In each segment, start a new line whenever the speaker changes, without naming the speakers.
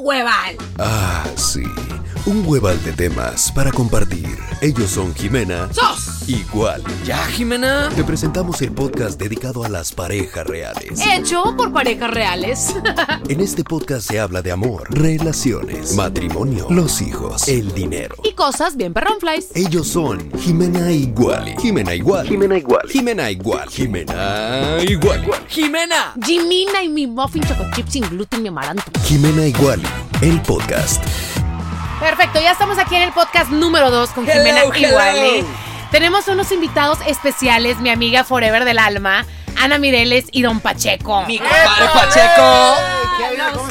hueval.
Ah, sí, un hueval de temas para compartir. Ellos son Jimena
¡Sos!
igual.
Ya, Jimena.
Te presentamos el podcast dedicado a las parejas reales.
Eh.
Hecho por parejas reales.
En este podcast se habla de amor, relaciones, matrimonio, los hijos, el dinero.
y cosas bien perronflies.
Ellos son Jimena Iguali. Jimena Iguali. Jimena Iguali. Jimena Iguali. Jimena Iguali.
Jimena.
Jimina y mi muffin choco chip sin gluten ni amaranto.
Jimena Iguali. El podcast.
Perfecto, ya estamos aquí en el podcast número 2 con
Hello,
Jimena
hello.
Iguale. Tenemos unos invitados especiales, mi amiga Forever del Alma, Ana Mireles y Don Pacheco.
Mi compadre Pacheco.
¿Cómo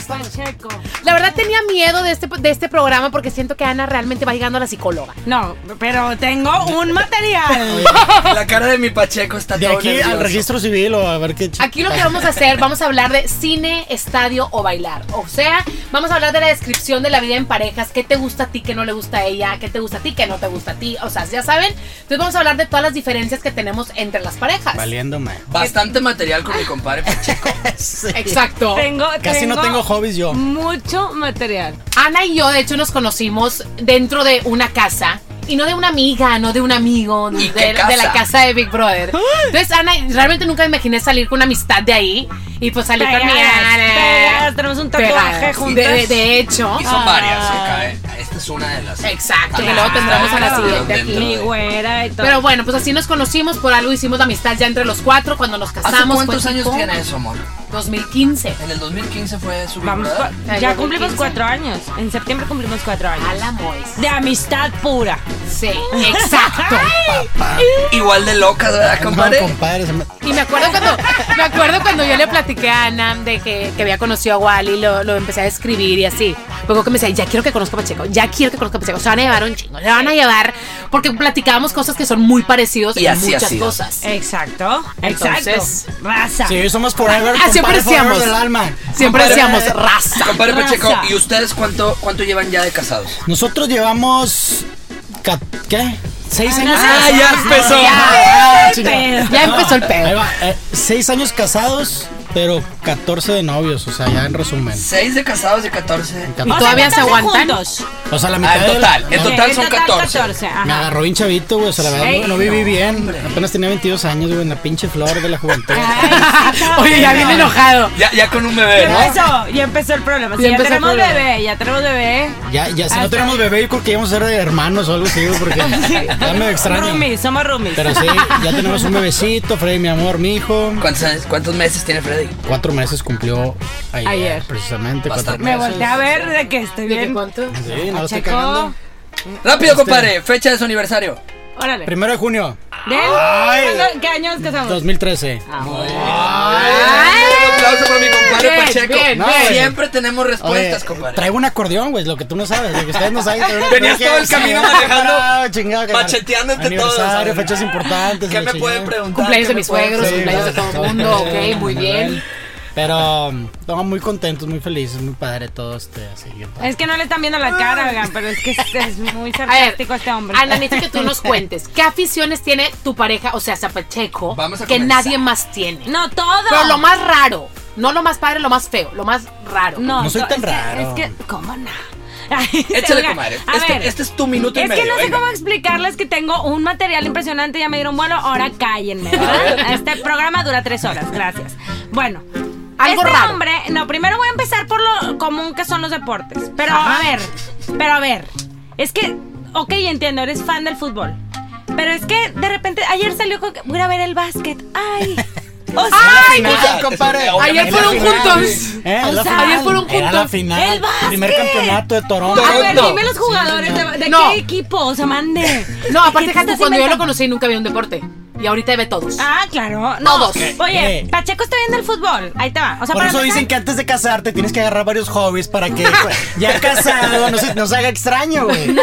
La verdad tenía miedo de este, de este programa porque siento que Ana realmente va llegando a la psicóloga.
No, pero tengo un material.
La cara de mi Pacheco está
De
todo
aquí
nervioso.
al registro civil o a ver qué ch-
Aquí lo que vamos a hacer, vamos a hablar de cine, estadio o bailar. O sea, vamos a hablar de la descripción de la vida en parejas, qué te gusta a ti, qué no le gusta a ella, qué te gusta a ti, qué no te gusta a ti. O sea, ya saben, entonces vamos a hablar de todas las diferencias que tenemos entre las parejas.
Valiéndome.
Bastante material con mi compadre Pacheco.
Exacto.
Tengo,
Casi no tengo hobbies yo.
Mucho material.
Ana y yo, de hecho, nos conocimos dentro de una casa. Y no de una amiga, no de un amigo, de,
¿Y qué casa?
de la casa de Big Brother. Entonces, Ana, realmente nunca me imaginé salir con una amistad de ahí. Y pues salir con mi
Pegadas,
Ana.
pegadas, tenemos un tatuaje
Pegadas.
juntas.
De, de hecho.
Y son varias. acá, eh. Esta es una de las.
Ah. Exacto,
Tantas
que luego tendremos a
amistades que
la siguiente
están
aquí.
dentro
Mi
de-
güera y todo.
Pero bueno, pues así nos conocimos, por algo hicimos la amistad ya entre los cuatro cuando nos
¿Hace
casamos. fue
cuántos años
tipo
tiene eso, amor?
2015.
En el 2015 fue su
Vamos
Big
cua-
Brother.
Ay,
ya
luego
cumplimos
15.
cuatro años. En septiembre cumplimos cuatro
A
años.
la Mois.
De amistad pura.
Sí, exacto.
Igual de locas, ¿verdad, compadre?
No, compadre, se me-
Y me acuerdo cuando, me acuerdo cuando yo le platiqué a Ana de que, que había conocido a Wally, lo, lo empecé a describir y así. Luego que me decía, ya quiero que conozca a Pacheco, ya quiero que conozca a Pacheco. Se van a llevar un chingo, le van a llevar, porque platicábamos cosas que son muy parecidos
Y
en
así ha
muchas
sido.
cosas.
Exacto.
Entonces-
exacto. Raza.
Sí, somos forever.
Ah, siempre
compadre, forever
decíamos.
del alma.
Siempre
Compadre-
decíamos raza.
Compadre
Raza.
Pacheco, ¿y ustedes cuánto, cuánto llevan ya de casados?
Nosotros llevamos. ca- ¿Qué? Seis años.
Ah, ya empezó.
Ah,
Ay,
chica.
pedo.
Ya empezó el
Ahí
pedo.
va, eh, seis años casados, pero 14 de novios, o sea, ya en resumen.
6 de casados de 14.
¿Y todavía Eh. se
14
aguantan?
juntos.
O sea, la mitad.
Ah, en
de la-
total, en
no,
total
Sí,
son 14.
ajá.
Me agarró bien chavito, güey, o sea, la verdad,
Sí,
no, no viví
no,
bien.
hombre.
Apenas tenía 22 años, güey, en la pinche flor de la juventud.
Ah.
Ay, sí,
Oye, ya
cabrón.
viene enojado.
Ya, ya con un
Ya
bebé, ¿no?
empezó, ya empezó el problema. Sí,
Ya
ya
empezó el
tenemos
problema.
bebé, ya tenemos bebé.
Ya, ya, si
Ah,
no tenemos bebé, yo creo que íbamos a ser de hermanos o algo así, güey, porque ya me extraño.
Roomies, somos roomies.
Pero sí, ya tenemos un bebecito, Freddy, mi amor, mi hijo.
¿Cuántos, años- cuántos meses tiene Freddy?
Cuatro meses cumplió ayer,
Ayer.
precisamente. cuatro
Bastante.
Me
meses.
volteé a ver de que estoy
¿De qué
bien.
cuánto?
Sí, no lo estoy
Checo.
cagando.
Rápido,
Este-
compadre, fecha de su aniversario.
Órale.
Primero de junio,
¿De él?
Ay.
¿Qué años casamos?
2013.
Ah.
Un aplauso para mi compadre
Bien,
Pacheco.
bien,
No, bien.
Siempre tenemos respuestas,
Oye,
compadre.
traigo un acordeón, güey, lo que tú no sabes, lo que ustedes no saben. traigo un
Venías
acordeón
todo
que-
el camino
Sí,
manejando,
parado, chingado, que-
macheteándote
Aniversario,
todo,
fechas importantes.
¿Qué
la
me pueden
chingada.
preguntar?
Cumpleaños
¿Qué
de
me
mis
pueden
suegros,
preguntar?
cumpleaños de todo el mundo, ok, muy bien.
Pero, no, muy contentos, muy felices, muy padre todo este, así. bien padre.
Es que no le están viendo la cara, oigan, pero es que es, es muy
A ver,
sarcástico este hombre.
Ana, necesito que tú nos cuentes, ¿qué aficiones tiene tu pareja, o sea, Zapacheco,
Vamos a
que
comenzar.
nadie más tiene?
No, todo.
Pero lo más raro, no lo más padre, lo más feo, lo más raro.
No,
No soy
to-
tan
es que-
raro.
es que, ¿cómo no?
Échale,
Oigan,
comadre.
a
Este-
ver,
este es tu minuto y
Es que
medio,
no sé
venga.
cómo explicarles que tengo un material impresionante. Ya me dieron bueno, ahora cállenme, ¿verdad? Este programa dura tres horas, gracias. Bueno.
Algo
este
raro.
hombre, no, primero voy a empezar por lo común que son los deportes. Pero a ver, pero a ver. Es que, ok, entiendo, eres fan del fútbol. Pero es que de repente, ayer salió con que voy a ir a ver el básquet. Ay. O sea,
¡Ay,
Final,
mija!
compadre.
Ayer
Es la
fueron
final.
juntos.
Eh, es la
O sea,
final.
ayer fueron
Era la
juntos.
final.
¡El básquet!
Primer campeonato de Toronto.
A ver,
Toronto.
dime los jugadores, ¿de, de
No.
qué equipo? O sea, mande.
No, aparte,
¿Qué te
deja tú, cuando
estás
yo lo
inventando?
conocí nunca vi un deporte. Y ahorita ve todos.
Ah, claro.
Todos. Eh,
Oye,
¿Qué?
Pacheco está viendo el fútbol. Ahí te va. O sea,
Por
para
eso
empezar-
dicen que antes de casarte tienes que agarrar varios hobbies para que pues, ya casado no se, no se haga extraño, güey.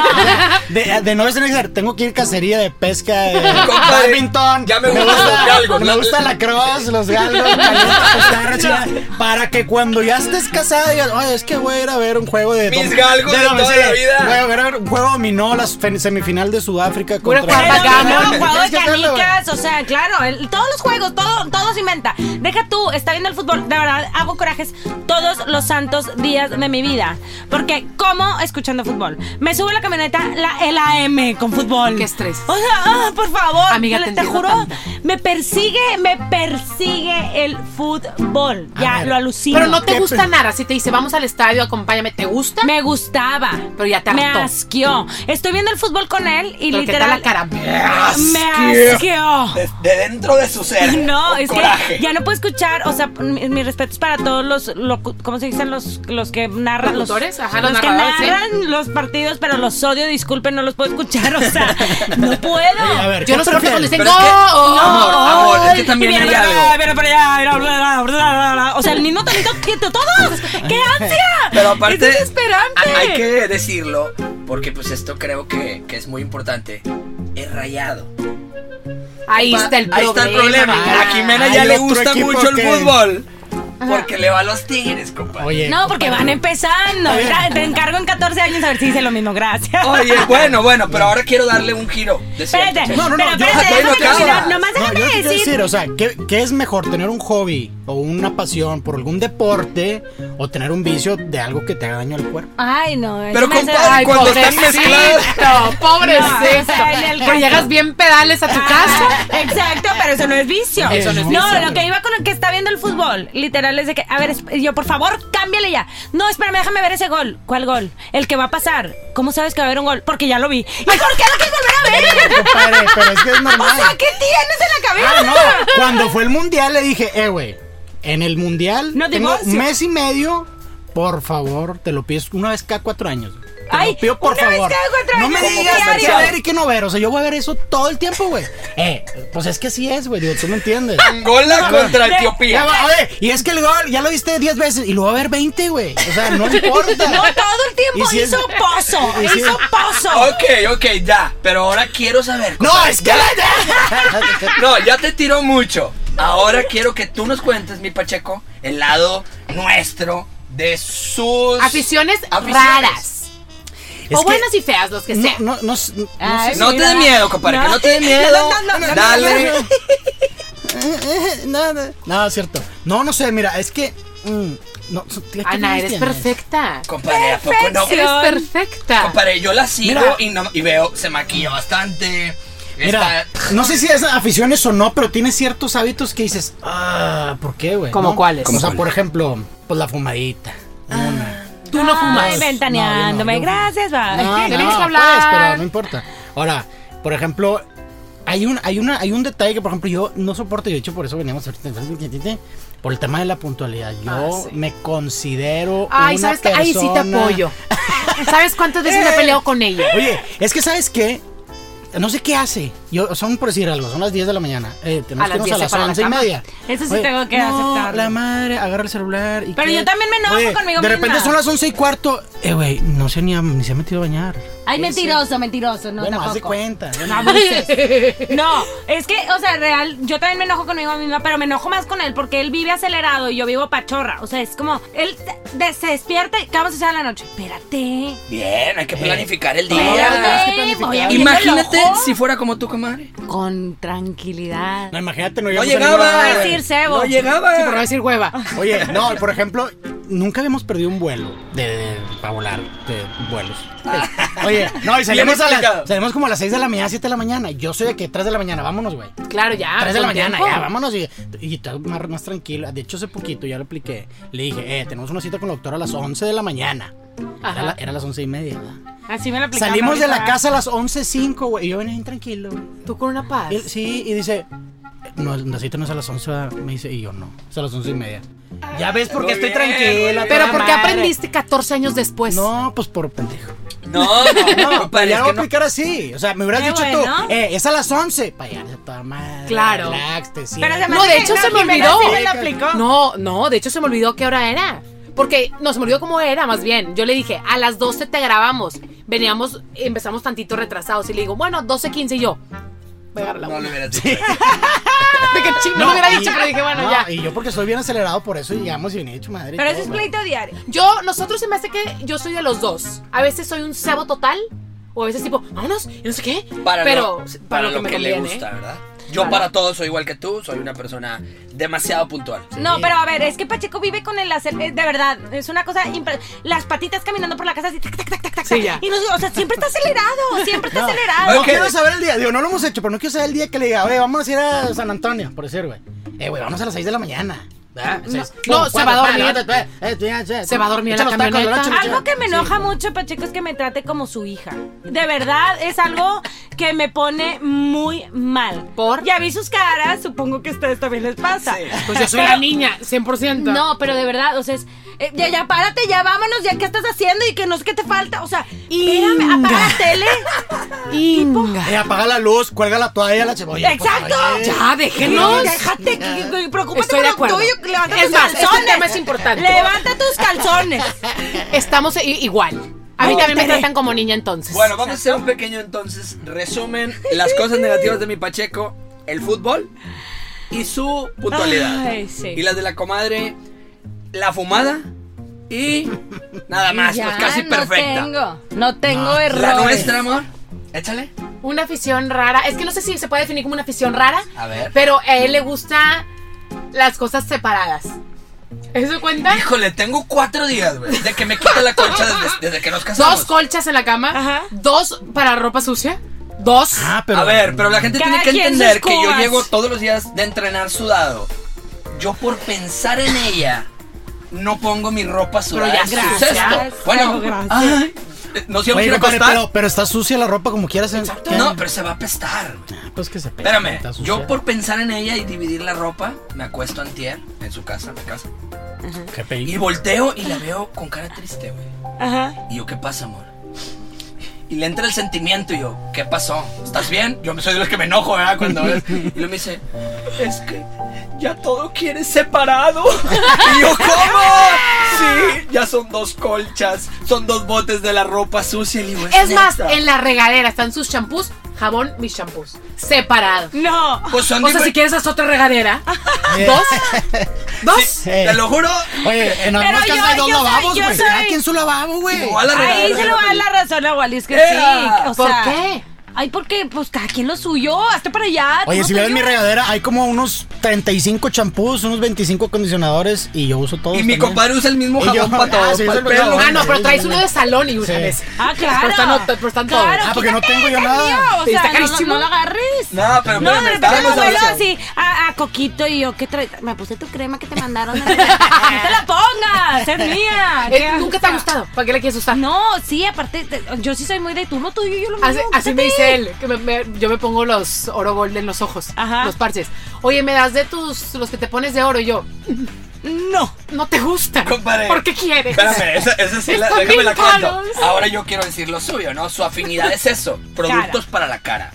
De, de novios tienes que hacer, tengo que ir cacería de pesca, de
Compadre,
badminton.
ya me gustan los galgos,
Me
¿no?
gusta la cross, los galgos, la pelota, pescar, chingada, Para que cuando ya estés casada digas, oye, es que voy a ir a ver un juego de...
Mis galgos de toda la vida.
Voy a ver un juego dominó, la fe- semifinal de Sudáfrica
Voy a
contra...
jugar
Pero,
Backgammon.
pero, juego de
Tienes que hacerlo, güey.
canicas, o sea, claro, el- todos los juegos, todo, todo se inventa. Deja tú, está viendo el fútbol, de verdad, hago corajes todos los santos días de mi vida. Porque como escuchando fútbol, me subo a la camioneta, la, el AM con fútbol.
Qué estrés.
O sea, ah, por favor,
Amiga,
te,
te
te
entiendo
juro,
tanto.
me persigue, me persigue el fútbol.
A
Ya,
ver,
lo alucino.
Pero no te
Qué
gusta
pe-
nada. Si te dice, vamos al estadio, acompáñame, ¿te gusta?
Me gustaba.
Pero ya te
Me
hartó.
asqueó. Estoy viendo el fútbol con él y
Pero ¿qué tal
literal.
la cara?
Me asqueó.
De, de dentro de su ser.
No,
Con
es
coraje.
que ya no puedo escuchar, o sea, mi- mis respetos para todos los, locu- ¿cómo se dicen? Los, los que narran los,
¿Locutores? Ajá, los
que
narradores, sí.
narran los partidos, pero los odio, disculpen, no los puedo escuchar, o sea, no puedo.
A ver,
Yo
¿qué
no soporto cuando
prefieres?
dicen,
Pero es que-
"Gol".
Amor, amor, es que
Y
también
viene
hay
para
algo.
acá, viene para allá, viene bla, bla, bla, bla, bla. O sea, el mismo tonito que t- todos. ¡Qué ansia!
Pero aparte.
¡Es desesperante!
a- Hay que decirlo, porque pues esto creo que, que es muy importante. Es rayado.
Ahí está el
Ahí
problema.
está el problema.
amiga.
A Jimena
Hay
ya le
otro
gusta
equipo
mucho el
que-
fútbol. Porque le va a los tigres, compadre.
Oye.
No, pues porque van empezando. Mira, te encargo en 14 años a ver si hice lo mismo, gracias.
Oye, bueno, bueno, pero ahora quiero darle un giro. de cierto,
Espérate,
No,
cierto.
no, no,
pero
yo-
espérate,
bueno,
déjame
acaba.
terminar. Nomás
No, yo
déjame
lo que quiero
decir.
decir, o sea, ¿qué, qué es mejor? ¿Tener un hobby o una pasión por algún deporte o tener un vicio de algo que te haga daño al cuerpo?
Ay, no. eso
Pero,
me hace-
compadre,
Ay,
cuando están
Pobrecito,
mezcladas.
No, o
pobrecito.
sea, en el
Pero
campo.
llegas bien pedales a tu
Ah,
casa.
Exacto, pero eso no es vicio.
Eso no es vicio.
lo que iba con el que está viendo el fútbol, literal, es de que, a ver, esp- yo, por favor, cámbiale ya. No, espérame, déjame ver ese gol. ¿Cuál gol? El que va a pasar. ¿Cómo sabes que va a haber un gol? Porque ya lo vi. ¿Y por qué lo quieres volver a ver?
Compadre, pero es que es
O
normal.
sea, ¿qué tienes en la cabeza?
Ah, no. Cuando fue el mundial le dije, eh, güey, en el mundial
No
tengo
divorcio.
mes y medio. Por favor, te lo pides una vez cada cuatro años. Te
Ay,
lo pido por
una vez
favor.
cada cuatro
no
años,
me digas
diario.
qué ver y qué no ver. O sea, yo voy a ver eso todo el tiempo, güey. Eh, pues es que así es, güey. Digo, tú me entiendes.
Angola contra
de-
Ya
Etiopía.
va, oye, y es que el gol ya lo viste 10 veces y lo va a ver 20, güey. O sea, no importa.
No, todo el tiempo
¿Y si es-
hizo pozo.
¿Y si- Oh,
Hizo pozo.
Ok, ok, ya. Pero ahora quiero saber.
No, es que la...
No, ya te tiró mucho. Ahora quiero que tú nos cuentes, mi Pacheco, el lado nuestro de sus
Aficiones
aficiones.
raras.
Es
o
que-
buenas y feas, los que Ah,
No,
sean.
no, no, s- no
Ay,
sé.
No te
mira.
dé miedo, compadre, que no te dé miedo.
No, no, no, no,
Dale.
no, no, no.
No, no, no, es cierto. No, no sé, mira, es que. mm, no, so- tía, ¿qué
Ana,
tienes,
eres
tienes?
perfecta.
Compadre, ¿a poco no?
Perfección.
Eres perfecta.
Compadre, yo la sigo
Mira.
y, no- y veo, se maquilla bastante.
Mira,
está-
no sé si es aficiones o no, pero tiene ciertos hábitos que dices, ah, ¿por qué, güey?
¿Cómo
¿No?
cuáles? Ah.
O sea,
¿Cómo
por ejemplo, pues la fumadita. Una.
Tú no fumas.
Ay, ventaneándome.
No, yo no, yo-
Gracias, bye.
No, no,
Tenemos que
pues,
hablar.
pero no importa. Ahora, por ejemplo, hay un, hay una, hay un detalle que, por ejemplo, yo no soporto, y de hecho por eso veníamos ahorita, por el tema de la puntualidad. Yo
Ah, sí.
me considero
Ay,
una
¿sabes qué? Ahí sí te
persona- Eh.
apoyo. ¿Sabes cuántas veces me he peleado con ella?
Oye, es que ¿sabes qué? No sé qué hace. Yo, son por decir algo, son las 10 de la mañana. Eh, tenemos
A
que
las
irnos a
10 se
las
para la
11 y
cama.
media.
Eso sí tengo que
no,
aceptarlo.
La madre agarra el celular. y
Pero
qué-
yo también me enojo conmigo
De
misma.
repente son las 11 y cuarto. Eh, güey, no sé ni, ha- ni se ha metido a bañar.
Ay, mentiroso, mentiroso. No,
bueno, haz de
tampoco.
cuenta.
No abuses. No, es que, o sea, real, yo también me enojo conmigo misma, pero me enojo más con él porque él vive acelerado y yo vivo pachorra. O sea, es como, él se- de- se despierta y ¿qué vamos a hacer a la noche? Espérate.
Bien, hay que
Eh.
planificar el
Espérate,
día.
voy a abrir
Imagínate
el ojo.
si fuera como tú, comadre.
Con tranquilidad.
No, imagínate, no,
No
íbamos a ningún
llegaba.
lado, güey.
Decir cebo.
No
Sí, por no
llegaba.
decir hueva.
Oye, no, por ejemplo, nunca habíamos perdido un vuelo de, de- para volar, de vuelos. Oye, no, y salimos,
Bien
a
explicado.
las, salimos como a las 6 de la mañana, 7 de la mañana. Yo soy de que 3 de la mañana, vámonos, güey.
Claro, ya.
3 de la
Ah, con
mañana,
tiempo.
ya, vámonos. Y, y todo más, más tranquilo. De hecho, hace poquito ya lo apliqué. Le dije, eh, tenemos una cita con la doctora a las 11 de la mañana. Era,
Ajá.
la- era las 11 y media. ¿verdad?
Así me lo aplicaron
Salimos de la
ahorita.
casa a las 11.05, güey. Y yo venía bien tranquilo, güey.
Tú con una paz.
Y él- sí, y dice, no, la cita no es a las 11, ¿verdad? me dice, y yo no, es a las 11 y media. Ya ves, porque
Muy
estoy
bien,
tranquila.
Pero
toda
¿por qué
madre.
aprendiste 14 años después?
No, pues por pendejo.
No,
No,
no,
pero
compadre,
ya lo
es
voy a
que no.
aplicar así. O sea, me hubieras
Qué
dicho
bueno.
tú, eh, es a las 11. Para allá, toda madre.
Claro.
relax, te
Pero se
sientas.
me
No,
hace
de
que-
hecho,
no,
se me
Jimena
olvidó.
sí me la aplicó.
No, no, de hecho se me olvidó qué hora era. Porque no, se me olvidó cómo era, más bien. Yo le dije, a las 12 te grabamos. Veníamos, empezamos tantito retrasados. Y le digo, bueno, 12.15 y yo. Voy a agarrar la
No
una.
le hubieras dicho.
De que ching, no, me hubiera
y-
dicho, pero dije, bueno,
no,
ya.
Y yo porque soy bien acelerado, por eso llegamos y venía hecho madre. y
Pero eso
todo,
es
güey.
pleito diario.
Yo, nosotros se me hace que yo soy de los dos. A veces soy un cebo total. O a veces tipo, vámonos, y no sé qué.
Para
pero
lo,
para
para
lo que me
le
conviene.
gusta, ¿verdad? Yo para todo soy igual que tú, soy una persona demasiado puntual.
No, pero a ver, es que Pacheco vive con el hacer, eh, de verdad, es una cosa impre- las patitas caminando por la casa así tac tac tac tac tac.
Sí,
tac.
ya.
Y no, o sea, siempre está acelerado, siempre está
No,
acelerado.
no
Ok.
quiero saber el día, digo, no lo hemos hecho, pero no quiero saber el día que le diga, oye, vamos a ir a San Antonio, por decir, güey. Eh, güey, vamos a las 6 de la mañana. ¿verdad? Seis.
no,
Pum,
se
cuatro,
va a
pa,
dormir.
la otra, pa, eh, tú ya, ya,
Se va a dormir en
echa
la
los tacos,
camioneta.
la noche, la
Algo
noche.
que me enoja mucho de Pacheco es que me trate como su hija. De verdad, es algo que me pone muy mal.
¿Por?
Ya vi sus caras, supongo que a ustedes también les pasa.
Pues yo soy la niña, 100%.
No, pero de verdad, o sea, es, eh, ya, ya, párate, ya vámonos, ya qué estás haciendo y que no sé qué te falta. O sea, espérame, apaga la tele.
Inga.
Eh, apaga la luz, cuelga la toalla, la cebolla. pues,
¡Exacto!
Ya, déjenos.
Déjate, que- que- preocúpate
Estoy
por
de
lo
acuerdo.
tuyo, levanta
Es
tus
más, este
calzones.
tema es importante.
Levanta tus calzones.
Estamos i- igual. A mí
No,
también me
Tere.
tratan como niña entonces.
Bueno, vamos a hacer un pequeño entonces resumen las cosas negativas de mi Pacheco, el fútbol y su puntualidad.
Ay, sí.
Y las de la comadre, la fumada y nada más,
Ya,
pues casi perfecta.
No tengo, no tengo errores.
La nuestra, amor. Échale.
Una afición rara. Es que no sé si se puede definir como una afición rara.
A ver.
Pero a él le gusta las cosas separadas. ¿Eso cuenta?
Híjole, tengo cuatro días, güey, de que me quita la colcha desde, desde que nos
Dos
casamos.
colchas en la cama.
Ajá.
Dos para ropa sucia. Dos.
Ah, pero.
a ver, pero la gente
Cada
tiene que
quien sus
entender que yo
cubas.
llego todos los días de entrenar sudado. Yo por pensar en ella no pongo mi ropa sudada.
ya,
en su
gracias,
cesto. Bueno,
gracias.
ay, eh, nos íbamos a
Oye,
ir a
compadre,
acostar.
pero, pero está sucia la ropa como quieras. ¿eh? ¿Qué?
No, pero se va a apestar.
Pues que se pegue,
Espérame,
está sucia.
yo por pensar en ella y dividir la ropa, me acuesto antier en su casa, en mi casa.
Qué
Y
peligro.
volteo y la veo con cara triste, güey.
Ajá.
Y yo, ¿qué pasa, amor? Y le entra el sentimiento y yo, ¿qué pasó? ¿Estás bien? Yo me soy de los que me enojo, ¿verdad? Cuando ves. Y luego me dice, es que ya todo quieres separado. Y yo, ¿cómo? Sí, ya son dos colchas, son dos botes de la ropa sucia. Y le digo,
Es más,
neta".
en la regadera están sus champús, jabón, mis champús. Separado.
No.
Pues son
O sea,
difer-
si quieres haz otra regadera.
Ah,
Dos. Dos.
Eh,
Te lo juro.
Oye, en
Pero
ambas
yo-
casas hay dos
yo soy-
lavabos,
yo
güey.
soy-
Cada quien su lavabo, güey.
Igual la
Ahí
regadera
se
de
le
la
va a dar
película.
la razón a Wally, es que
Ea,
sí. O
Eh, ¿por
sea,
qué?
Ay, porque pues cada quien lo suyo, hazte para allá.
Oye,
tú
si
no
ves
te
mi
ayudas.
regadera, hay como unos 35 champús, unos 25 acondicionadores y yo uso todos.
Y mi
también.
compadre usa el mismo
Y
jabón
yo-
para todo.
ah, sí, usa
para el
el
pelo.
mismo
Ah, no, pero traes uno de salón y usa
Sí.
ese.
Ah, claro.
Pero están, pero están todos.
Claro,
Ah, porque no
quítate,
tengo yo
es
nada.
mío, O
Sí, está
sea, no- no,
carísimo.
no lo agarres.
No, pero
No,
mira,
de
me
repente
estaba
me vuelo
dando-
así a, a Coquito y yo, ¿qué traes? Me puse tu crema que te mandaron. no te la pongas, es mía.
Eh,
¿Qué
¿Nunca te ha gustado? ¿Para qué le quieres usar?
No, sí, aparte, te- yo sí soy muy de tú lo tuyo y yo lo mío.
Así, así me
quítate.
dice él, que me- me- yo me pongo los oro gold en los ojos,
Ajá.
los parches. Oye, me das de tus, los que te pones de oro y yo,
No.
no te gusta.
Compadre.
¿Por qué quieres?
Espérame, esa, esa sí, la,
Están
déjame
bien
la cuento.
caros.
Ahora yo quiero decir lo suyo, ¿no? Su afinidad es eso, productos para la cara.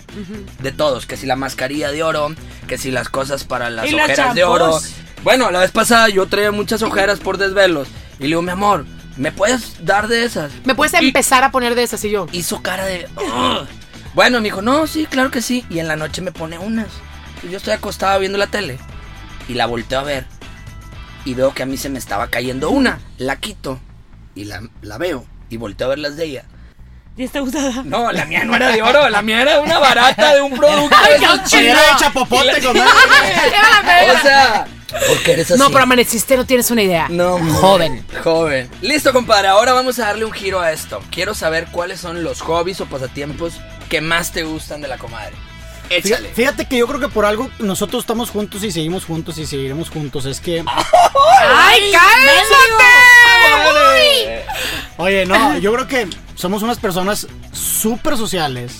De todos, que si la mascarilla de oro, que si las cosas para las
Y los
ojeras de oro.
champús.
Bueno, la vez pasada yo traía muchas ojeras por desvelos. Y le digo, mi amor, ¿me puedes dar de esas?
Me puedes
Y-
empezar a poner de esas y yo.
Hizo cara de... "Ugh". Bueno, me dijo, no, sí, claro que sí. Y en la noche me pone unas. Y Yo estoy acostado viendo la tele. Y la volteo a ver. Y veo que a mí se me estaba cayendo una. La quito. Y la, la veo. Y volteo a ver las de ella.
Ya está usada.
No, la mía no era de oro. La mía era de una barata de un producto. de esos
Sí,
chinos.
era de chapopote, comadre.
O sea, ¿por qué eres así?
No, pero amaneciste, no tienes una
Ah,
idea.
No,
Joven.
Joven. Listo, compadre. Ahora vamos a darle un giro a esto. Quiero saber cuáles son los hobbies o pasatiempos que más te gustan de la comadre. Échale.
Fíjate, fíjate que yo creo que por algo nosotros estamos juntos y seguimos juntos y seguiremos juntos. Es que.
¡Ay, cálmate!
Oye, no, yo creo que somos unas personas súper sociales.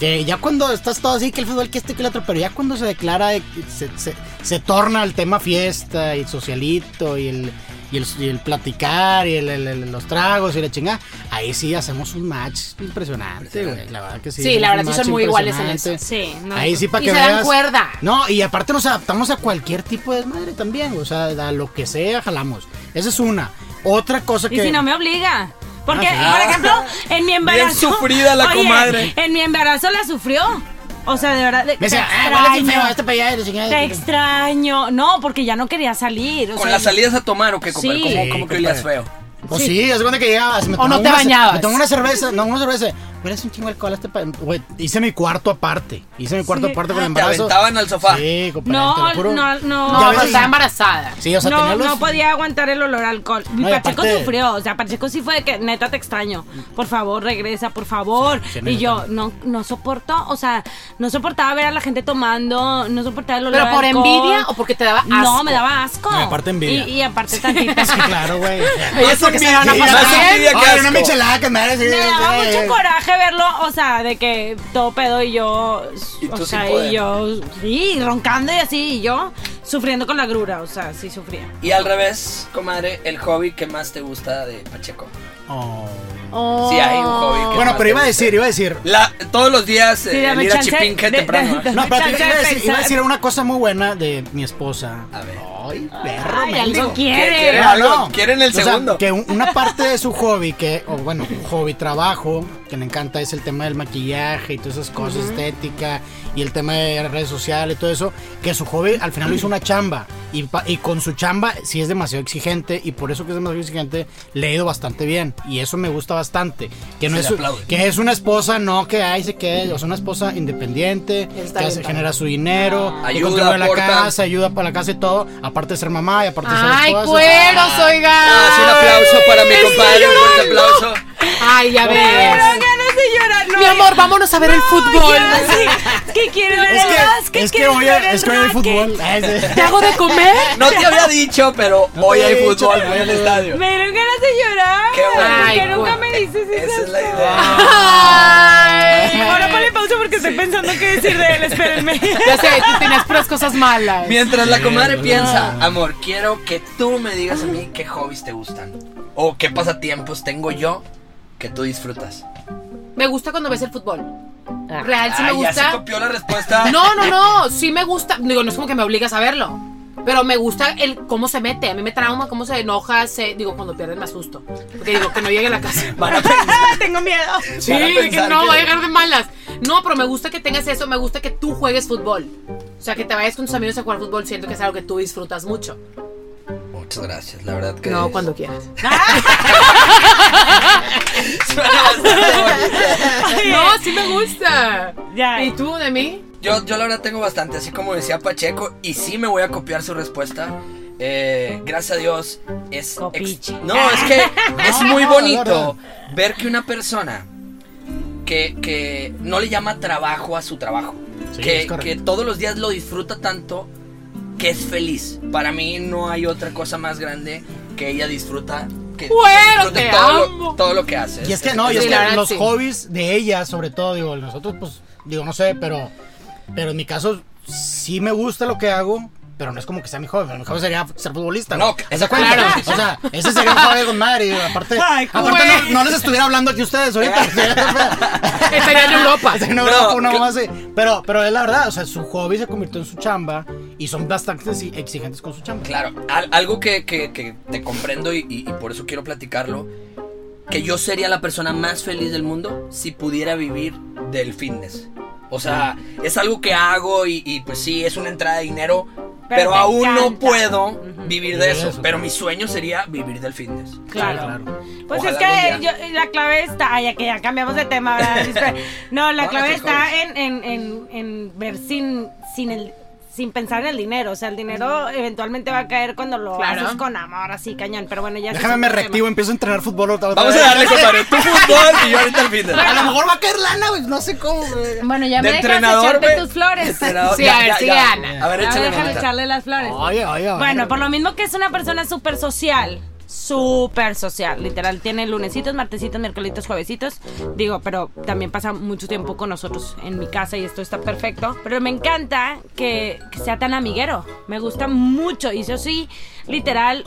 Que ya cuando estás todo así, que el fútbol, que este, que el otro, pero ya cuando se declara, de- se, se- se torna el tema fiesta y el socialito y el, y el, y el platicar y el- el- el- los tragos y la chingada, ahí sí hacemos un match impresionante, güey. La verdad que sí.
Sí,
hacemos
la
un
verdad sí
match
son muy iguales en
impresionante.
eso.
Sí, no.
Ahí sí para
Y
que
se dan
veas.
cuerda.
No, y aparte nos adaptamos a cualquier tipo de desmadre también, o sea, a lo que sea jalamos. Esa es una. Otra cosa
Y
que
si no me obliga. Porque,
Ah,
por ejemplo, en mi embarazo.
Bien sufrida la
Oye,
comadre.
En mi embarazo la sufrió. O sea, de verdad. de-
Me
te
decía, ah, hueles bien feo, este para allá", y la chingada.
Te extraño. No, porque ya no quería salir. o
Con
sea,
las salidas a tomar o qué, compadre.
Sí.
¿Cómo,
Sí,
cómo que
compadre.
olías feo?
Pues sí, haz de cuenta que llegabas. me
O no
tomaba
te
una ce-
bañabas.
Me tomé una cerveza, no, una cerveza. Pero es un chingo de alcohol a este pa- Güey, hice mi cuarto aparte. Hice mi cuarto
Sí.
aparte con el
Ah, te
embarazo.
aventaban al sofá.
Sí, compadre, te
No,
lo juro.
no, no. pues,
Ya
No,
ves-
pero estaba embarazada.
Sí, o sea,
no,
tenía los...
no podía aguantar el olor a alcohol. Mi
No, y
Pacheco
aparte-
sufrió, o sea, Pacheco sí fue de que neta te extraño. Por favor, regresa, por favor.
Sí, sí,
y
neta.
yo no no soporto, o sea, no soportaba ver a la gente tomando, no soportaba el olor
¿Pero
a
por
alcohol.
envidia o porque te daba asco?
No, me daba asco.
No, y aparte envidia.
Y, y aparte tantita.
Sí, claro, güey.
Ella es porque se la van a
Sí,
pasar
más
bien.
envidia que
Ay,
asco.
una michelada que me hagas,
Me
eh,
daba
eh, eh.
mucho coraje verlo, o sea, de que todo pedo y yo,
Y
o
tú
sea,
sin poder.
y yo, sí, roncando y así, y yo sufriendo con la grura, o sea, sí sufría.
Y al revés, comadre, el hobby que más te gusta de Pacheco.
Oh.
Sí, hay un hobby que
Bueno,
más
pero
te
iba a
gusta.
decir, iba a decir.
La- todos los días eh,
Sí,
el
dame
ir a
chance
Chipinque
de-
temprano. ¿eh?
de-
No, pero
Chance
iba a
de
decir, iba a
pensar.
decir una cosa muy buena de mi esposa.
A ver.
Ay, perro,
Ay, algo
mendigo.
¿Quiere-
quiere.
quiere algo? ¿Quieren el
O sea,
segundo?
que un- una parte de su hobby, que, o bueno, hobby trabajo, que le encanta es el tema del maquillaje y todas esas cosas, estética y el tema de redes sociales y todo eso, que su hobby al final lo hizo una chamba. Y, pa- y con su chamba sí es demasiado exigente y por eso que es demasiado exigente le ha ido bastante bien. Y eso me gusta bastante. Que no
Se
es,
le aplaude.
que es una esposa, no que ahí se quede, o sea, una esposa independiente,
Está
que
bien
hace-
padre.
genera su dinero, que
Ayuda,
contribuye a la
aporta.
casa, ayuda para la casa y todo, aparte de ser mamá y aparte de ser
Ay,
esposa.
cueros,
Ah, sí, un
oiga.
aplauso para mi compadre, un fuerte aplauso.
Ay, ya
Pero
ves.
ganas de llorar, no.
Mi amor, vámonos a ver el fútbol.
¿Qué quieres ver
Es
el básquet?
que, es que
¿Quieres
hoy
ver el
es que hoy hay
racket?
fútbol. Ah,
¿Te
sí.
hago de comer?
No te había dicho, pero
No te
hoy hay
había dicho,
fútbol,
pero-
voy al estadio.
Me dieron ganas de llorar.
Qué bueno.
porque
Ay,
nunca
bueno.
me dices
Esa
eso.
es la idea.
Ay.
Ahora ponle pausa porque estoy pensando qué decir de él, espérenme.
Ya sé, tú tenías puras cosas malas.
Mientras la comadre
Sí,
piensa,
¿verdad?
amor, quiero que tú me digas a mí qué hobbies te gustan o qué pasatiempos tengo yo que tú disfrutas.
Me gusta cuando ves el fútbol. Real, sí me
Ay, Ya se
gusta.
copió la respuesta.
No, no, no, sí me gusta. Digo, no es como que me obligas a verlo. Pero me gusta el cómo se mete. A mí me trauma, cómo se enoja. Se, digo, cuando pierden me asusto. Porque digo, que no llegue a la casa.
Van a pensar-
Tengo miedo.
Sí,
Van a
que
pensar
no,
que-
va a llegar de malas. No, pero me gusta que tengas eso, me gusta que tú juegues fútbol. O sea, que te vayas con tus amigos a jugar fútbol, siento que es algo que tú disfrutas mucho.
Muchas gracias, la verdad que.
No, cuando quieras.
Suena bastante bonito.
No, sí me gusta.
Ya.
¿Y tú de mí?
Yo, yo la verdad tengo bastante, así como decía Pacheco, y sí me voy a copiar su respuesta. Eh, gracias a Dios es... ex-
Copiche.
No, es que es muy
No,
bonito
no,
ver que una persona que, que no le llama trabajo a su trabajo,
Sí,
que,
es correcto.
que todos los días lo disfruta tanto que es feliz. Para mí no hay otra cosa más grande que ella disfruta. Que
Güero,
disfrute
te
todo,
amo.
Lo, todo lo que hace.
Y es que no, y
Sí, la
es que
verdad,
los
sí.
hobbies de ella, sobre todo, digo, nosotros, pues, digo, no sé, pero, pero en mi caso, sí me gusta lo que hago. Pero no es como que sea mi hobby, mi hobby sería ser futbolista.
No,
güey.
que-
¿Se acuerdan?
claro.
O sea, ese sería un hobby con madre. y aparte,
Ay,
aparte
güey.
no, no les estuviera hablando aquí ustedes ahorita.
Estaría en Europa.
Así no,
No,
no, no,
que-
más, sí. Pero, pero es la verdad, o sea, su hobby se convirtió en su chamba y son bastante sí, exigentes con su chamba.
Claro, al- algo que, que- que te comprendo y, y- y por eso quiero platicarlo, que yo sería la persona más feliz del mundo si pudiera vivir del fitness. O sea, es algo que hago y, y, pues sí, es una entrada de dinero, pero,
te
aún no
encanta.
puedo vivir de
Vivir
eso.
eso.
Pero mi sueño sería vivir del fitness.
Claro.
claro.
Pues
Ojalá
es que
algún día.
yo- la clave está, ay, ya que ya cambiamos de tema, ¿verdad? Dispe- No, la
No,
clave
nuestros
está
hobbies.
en, en, en, en ver sin, sin el sin pensar en el dinero, o sea, el dinero eventualmente va a caer cuando lo
Claro.
haces con amor, así cañón, pero bueno, ya ese
Déjame
es
me
otro tema.
reactivo, empiezo a entrenar fútbol otra otra
Vamos a
vez.
darle, compadre, tu fútbol y yo ahorita el fitness.
A lo mejor va a caer lana, güey, no sé cómo. güey.
Bueno, ya
De
me dejas
entrenador,
echarte
ve.
tus flores.
De entrenador,
Sí, a ver, sigue Ana.
A ver,
Ya me
échale
dejas
Anita.
echarle las flores.
Oye, oye, oye.
Bueno, por lo mismo que es una persona súper social. Súper social, literal. Tiene lunesitos, martesitos, miércolesitos, juevesitos. Digo, pero también pasa mucho tiempo con nosotros en mi casa y esto está perfecto. Pero me encanta que, que sea tan amiguero. Me gusta mucho. Y eso sí, literal,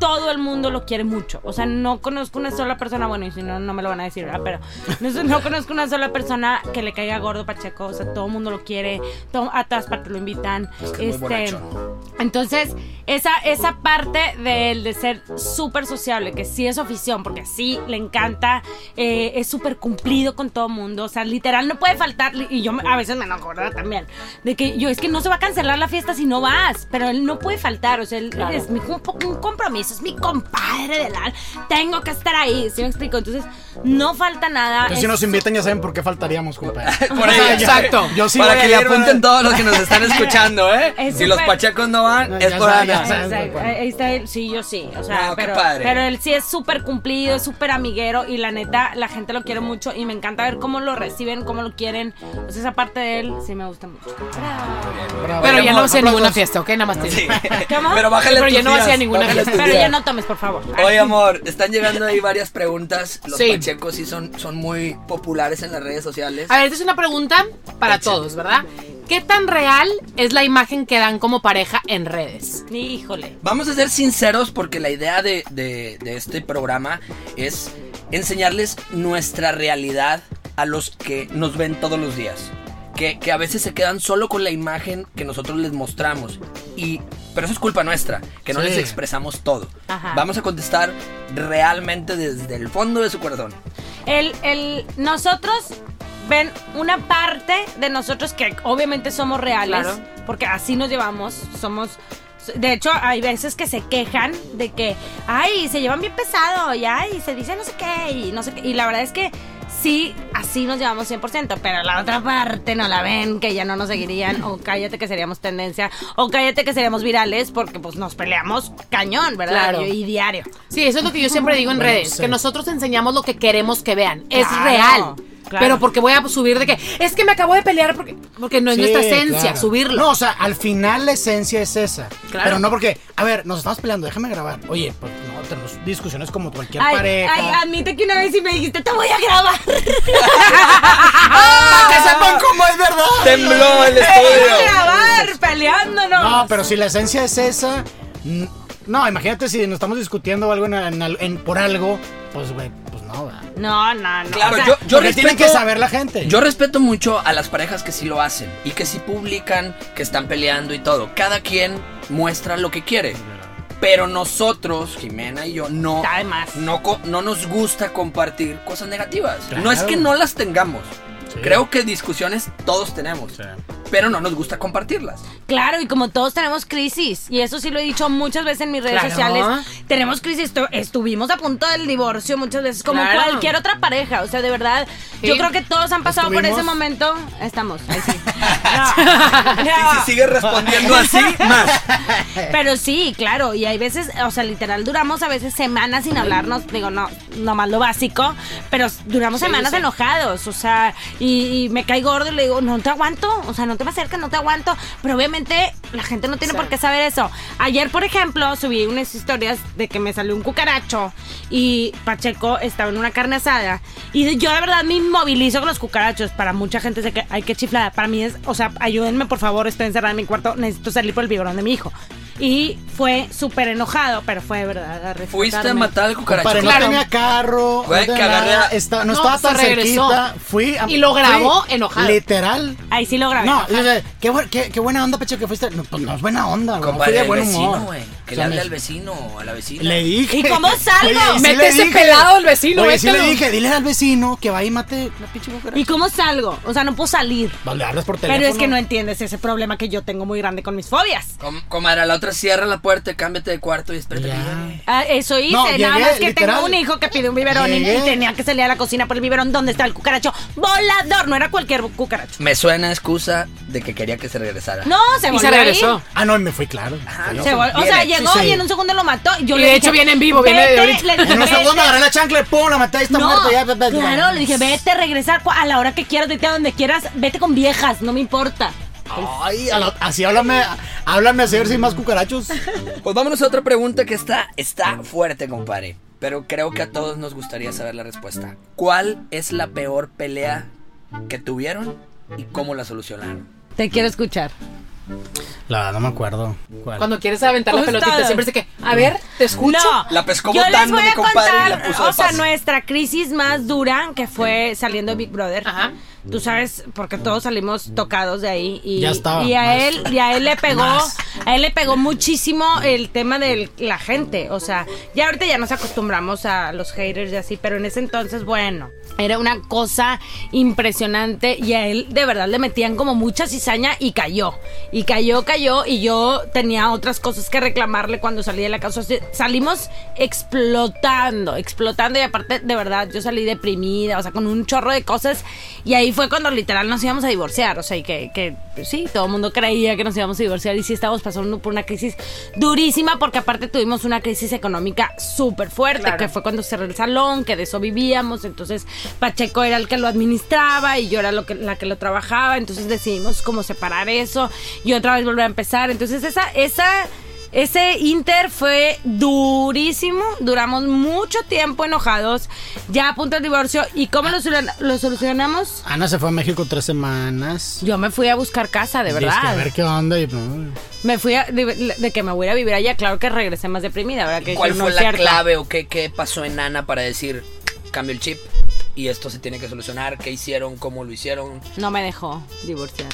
todo el mundo lo quiere mucho. O sea, no conozco una sola persona, bueno, y si no, no me lo van a decir, ¿verdad? Pero no, no conozco una sola persona que le caiga gordo Pacheco. O sea, todo el mundo lo quiere. todo- a todas partes lo invitan.
que es muy
este,
bonachón.
entonces, esa, esa parte del de ser súper sociable, que sí es su afición, porque sí le encanta, eh, es súper cumplido con todo mundo. O sea, literal, no puede faltar. li- Y yo me- a veces me enojo, ¿verdad? También. De que yo, es que no se va a cancelar la fiesta si no vas, pero él no puede faltar. O sea, él es mi cum- un, compromiso compromiso, es mi compadre del alma, tengo que estar ahí, ¿sí me explico? Entonces, no falta nada.
Entonces, Pues si
es-
nos invitan, ya saben por qué faltaríamos, compadre.
Por ahí,
O sea, yo-
exacto.
Yo sí
Para
voy a
que le
ir,
apunten
¿verdad?
todos los que nos están escuchando, ¿eh?
Es
si los
súper-
pachecos no van,
No,
es
ya
por
saben,
Ana.
ya saben.
Exacto, ahí está él, sí, yo sí, o sea,
No, qué
pero,
padre.
pero él sí es súper cumplido, es súper amiguero y la neta, la gente lo quiere mucho y me encanta ver cómo lo reciben, cómo lo quieren, pues esa parte de él sí me gusta mucho.
Bravo.
Pero ya no vas a ir a ninguna
Aplausos.
fiesta, ¿ok? Nada más te
Sí.
digo.
¿Cómo?
Pero bájale
Pero
tus
yo no hacía
días,
ninguna
bájale
fiesta.
tus
Pero ya
días.
no tomes, por favor.
Oye, amor, están llegando ahí varias preguntas. Los
Sí.
pachecos sí son, son muy populares en las redes sociales.
A ver, esta es una pregunta para todos, ¿verdad? ¿Qué tan real es la imagen que dan como pareja en redes?
Híjole.
Vamos a ser sinceros porque la idea de, de- de este programa es enseñarles nuestra realidad a los que nos ven todos los días. Que, que a veces se quedan solo con la imagen que nosotros les mostramos. Y, pero eso es culpa nuestra, que no
Sí.
les expresamos todo.
Ajá.
Vamos a contestar realmente desde el fondo de su corazón.
El, el, nosotros ven una parte de nosotros que obviamente somos reales,
Claro.
porque así nos llevamos, somos... De hecho, hay veces que se quejan de que, ay, se llevan bien pesado, y ay, se dice no sé qué, y no sé qué. Y la verdad es que sí, así nos llevamos 100%, pero la otra parte no la ven, que ya no nos seguirían, o cállate que seríamos tendencia, o cállate que seríamos virales, porque pues nos peleamos cañón, ¿verdad?
Claro.
Y diario.
Sí, eso es lo que yo siempre digo en
Bueno,
redes,
sí.
que nosotros enseñamos lo que queremos que vean. Es
Claro,
real.
claro.
Pero porque voy a subir de que es que me acabo de pelear porque, porque no es
Sí,
nuestra esencia
claro.
subirlo.
No, o sea, al final la esencia es esa.
Claro.
Pero no porque, a ver, nos estamos peleando, déjame grabar. Oye, pues no, tenemos discusiones como cualquier
Ay,
pareja.
ay, admite que una vez sí me dijiste, te voy a grabar.
¡Que sepan cómo es verdad!
¡Tembló el
Te voy a
estudio!
grabar peleándonos.
No, pero si la esencia es esa. mm, No, imagínate si nos estamos discutiendo o algo en, en al- en- por algo. Pues, güey, pues no, ¿verdad?
No, no, no.
Claro,
O sea,
yo, yo
Porque tiene
respeto-
que saber la gente.
Yo respeto mucho a las parejas que sí lo hacen y que sí publican que están peleando y todo. Cada quien muestra lo que quiere. Pero nosotros, Jimena y yo, no,
Está de más.
no, co- no nos gusta compartir cosas negativas.
Claro.
No es que no las tengamos.
Sí.
Creo que discusiones todos tenemos.
Sí.
Pero no nos gusta compartirlas.
Claro, y como todos tenemos crisis, y eso sí lo he dicho muchas veces en mis redes
Claro.
sociales, tenemos crisis, tu- estuvimos a punto del divorcio muchas veces, como
Claro.
cualquier otra pareja, o sea, de verdad,
Sí.
yo creo que todos han pasado por ese
Estuvimos.
momento, estamos, ahí sí. No. No.
Ah.
Y si sigues respondiendo así, más.
Pero sí, claro, y hay veces, o sea, literal, duramos a veces semanas sin hablarnos, digo, no, nomás lo básico, pero duramos semanas enojados, o sea, y, y me cae gordo y le digo, no te aguanto, o sea, no te me acerques, no te aguanto, pero obviamente la gente no tiene por qué saber eso. Ayer, por ejemplo, subí unas historias de que me salió un cucaracho y Pacheco estaba en una carne asada, y de- yo de verdad me inmovilizo con los cucarachos, para mucha gente sé que hay que chiflada, para mí es, o sea, ayúdenme por favor, estoy encerrada en mi cuarto, necesito salir por el biberón de mi hijo. Y fue súper enojado, pero fue de verdad. a respetarme.
Fuiste a matar al cucaracho.
Pero
Claro.
no tenía carro,
Güey,
no,
que
tenía
agarré
nada,
a-
está- no
No,
estaba
se
tan
regresó.
cerquita. Fui a-
Y lo grabó
fui
enojado.
Literal.
Ahí sí lo grabé.
Ah,
No, yo sé, qué, bu- qué, qué buena onda, Pecho, que fuiste. No, pues no es buena onda, güey. Fui
Compadre,
de
el
buen
vecino,
humor.
güey. Que
O
le
sea,
hable
me-
al vecino o a la vecina.
Le dije.
¿Y cómo salgo?
y
Mete
le
ese
dije.
pelado al vecino,
Oye, sí le
mételo.
dije, dile al vecino que va y mate la pinche cucaracha.
¿Y cómo salgo? O sea, no puedo salir.
Vale, hablas por teléfono.
Pero es que no entiendes ese problema que yo tengo muy grande con mis fobias.
Com- comadre, a la otra cierra la puerta, cámbiate de cuarto y espérate que
Ya.
llegue.
Ah, eso hice,
No,
nada
llegué,
más que
literal.
tengo un hijo que pide un biberón y,
Llegué.
y tenía que salir a la cocina por el biberón donde está el cucaracho volador. No era cualquier cucaracho.
Me suena excusa de que quería que se regresara.
No, se
Y
volvió
se
a ir.
regresó.
Ah, no, me fui, claro.
Ajá,
Fui
no.
Se vol- o
Bien
sea,
hecho,
llegó
sí.
y en un segundo lo mató. Yo
Y de
le dije,
hecho viene en vivo, viene de
"Vete",
ahorita.
le dije,
En un segundo
"Vete".
agarré la chancla, pum, la maté, ahí está muerto. Ya, ya, ya.
claro, le dije, vete, regresa cu- a la hora que quieras, vete a donde quieras, vete con viejas, no me importa.
Ay, a la- así háblame, háblame así a ver si hay más cucarachos.
Pues vámonos a otra pregunta que está, está fuerte, compadre. Pero creo que a todos nos gustaría saber la respuesta. ¿Cuál es la peor pelea que tuvieron y cómo la solucionaron?
Te quiero escuchar.
La verdad, no me acuerdo.
Cuando quieres aventar la
Ustedes.
pelotita, siempre dice que, a ver, te escucho.
No,
La pescó
yo les
botando,
voy
mi
a
compadre, y la
contar,
puso de
o sea,
pase.
nuestra crisis más dura que fue saliendo de Big Brother.
Ajá.
Tú sabes, porque todos salimos tocados de ahí y,
Ya estaba
y a
más.
él y a él le pegó
Más.
a él le pegó muchísimo el tema de la gente. O sea, ya ahorita ya nos acostumbramos a los haters y así, pero en ese entonces, bueno, era una cosa impresionante y a él de verdad le metían como mucha cizaña y cayó. Y cayó, cayó y yo tenía otras cosas que reclamarle cuando salí de la casa. O sea, Salimos explotando, explotando y aparte de verdad yo salí deprimida, o sea, con un chorro de cosas y ahí fue cuando literal nos íbamos a divorciar, o sea, y que, que pues, sí, todo el mundo creía que nos íbamos a divorciar y sí estábamos pasando por una crisis durísima porque aparte tuvimos una crisis económica súper fuerte,
Claro.
que fue cuando cerré el salón, que de eso vivíamos, entonces Pacheco era el que lo administraba y yo era lo que, la que lo trabajaba, entonces decidimos como separar eso y otra vez volver a empezar, entonces esa, esa... Ese Inter fue durísimo, duramos mucho tiempo enojados, ya a punto de divorcio. ¿Y cómo lo, solu- lo solucionamos?
Ana se fue a México tres semanas.
Yo me fui a buscar casa, de
Dizque, a
verdad.
ver qué onda. Y, mm. no,
Me fui a- de, de que me voy a ir a vivir allá, claro que regresé más deprimida, ¿verdad? Que
¿Cuál
dije, no
fue
es
la
cierto.
clave o qué, qué pasó en Ana para decir cambio el chip y esto se tiene que solucionar? ¿Qué hicieron? ¿Cómo lo hicieron?
No me dejó divorciar.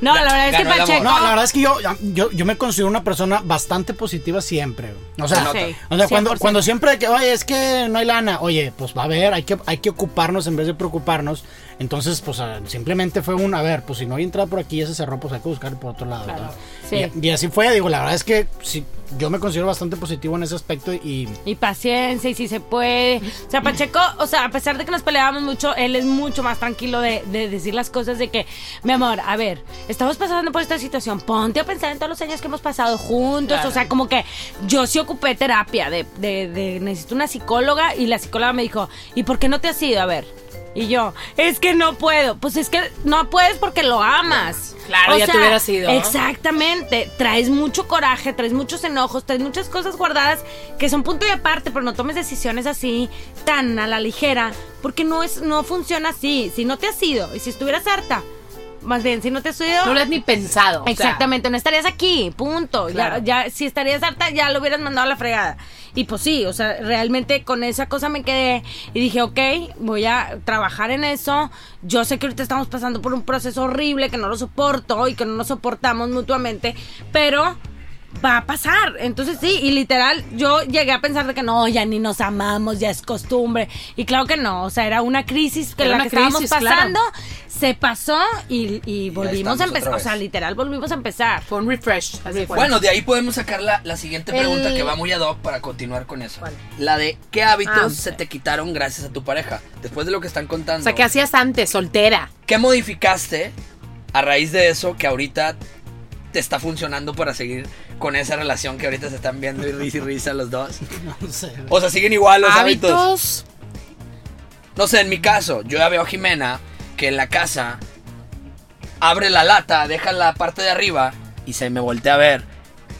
no, la verdad es que
Ganó el amor.
Pacheco...
No, la verdad es que yo, yo, yo me considero una persona bastante positiva siempre. O sea,
Sí,
o sea, cuando,
100%.
cuando siempre de que, oye, es que no hay lana, oye, pues va a haber, hay que, hay que ocuparnos en vez de preocuparnos. Entonces, pues a- simplemente fue un, a ver, pues si no hay entrada por aquí, ya se cerró, pues hay que buscar por otro lado. ¿verdad?
Sí.
Y, y así fue, digo, la verdad es que sí, yo me considero bastante positivo en ese aspecto y...
Y paciencia, y si se puede. O sea, Pacheco, o sea, a pesar de que nos peleábamos mucho, él es mucho más tranquilo de, de decir las cosas de que, mi amor, a ver, estamos pasando por esta situación, ponte a pensar en todos los años que hemos pasado juntos. O sea, como que yo sí ocupé terapia de, de- de necesito una psicóloga y la psicóloga me dijo, ¿y por qué no te has ido? A ver. Y yo, es que no puedo. Pues es que no puedes porque lo amas.
Claro, ya te hubieras ido, ¿no?
Exacto. Exactamente, traes mucho coraje, traes muchos enojos, traes muchas cosas guardadas que son punto y aparte, pero no tomes decisiones así tan a la ligera, porque no es no funciona así. Si no te has ido y si estuvieras harta, más bien si no te has ido,
No lo has ni pensado. o sea,
Exactamente, no estarías aquí, punto.
Claro.
Ya, ya, si estarías harta, ya lo hubieras mandado a la fregada. Y pues sí, o sea, realmente con esa cosa me quedé y dije, ok, voy a trabajar en eso. Yo sé que ahorita estamos pasando por un proceso horrible que no lo soporto y que no nos soportamos mutuamente, pero va a pasar. Entonces sí, y literal, yo llegué a pensar de que no, ya ni nos amamos, ya es costumbre. Y claro que no, o sea, era una crisis que
Era
la
una
que
crisis,
estábamos
claro.
pasando, se pasó y, y volvimos
estamos
a empezar,
otra
o sea,
vez.
literal volvimos a empezar.
Fue un refresh. así de cuenta.
Bueno, de ahí podemos sacar la, la siguiente pregunta
El-
que va muy ad hoc para continuar con eso. La de ¿qué hábitos
Ah,
se
ok.
te quitaron gracias a tu pareja? Después de lo que están contando.
o sea, ¿qué hacías antes? Soltera.
¿Qué modificaste a raíz de eso que ahorita te está funcionando para seguir con esa relación que ahorita se están viendo y risa y risa los dos?
No sé.
O sea, siguen igual los
hábitos.
hábitos. No sé, en mi caso, yo ya veo a Jimena que en la casa abre la lata, deja la parte de arriba y se me voltea a ver.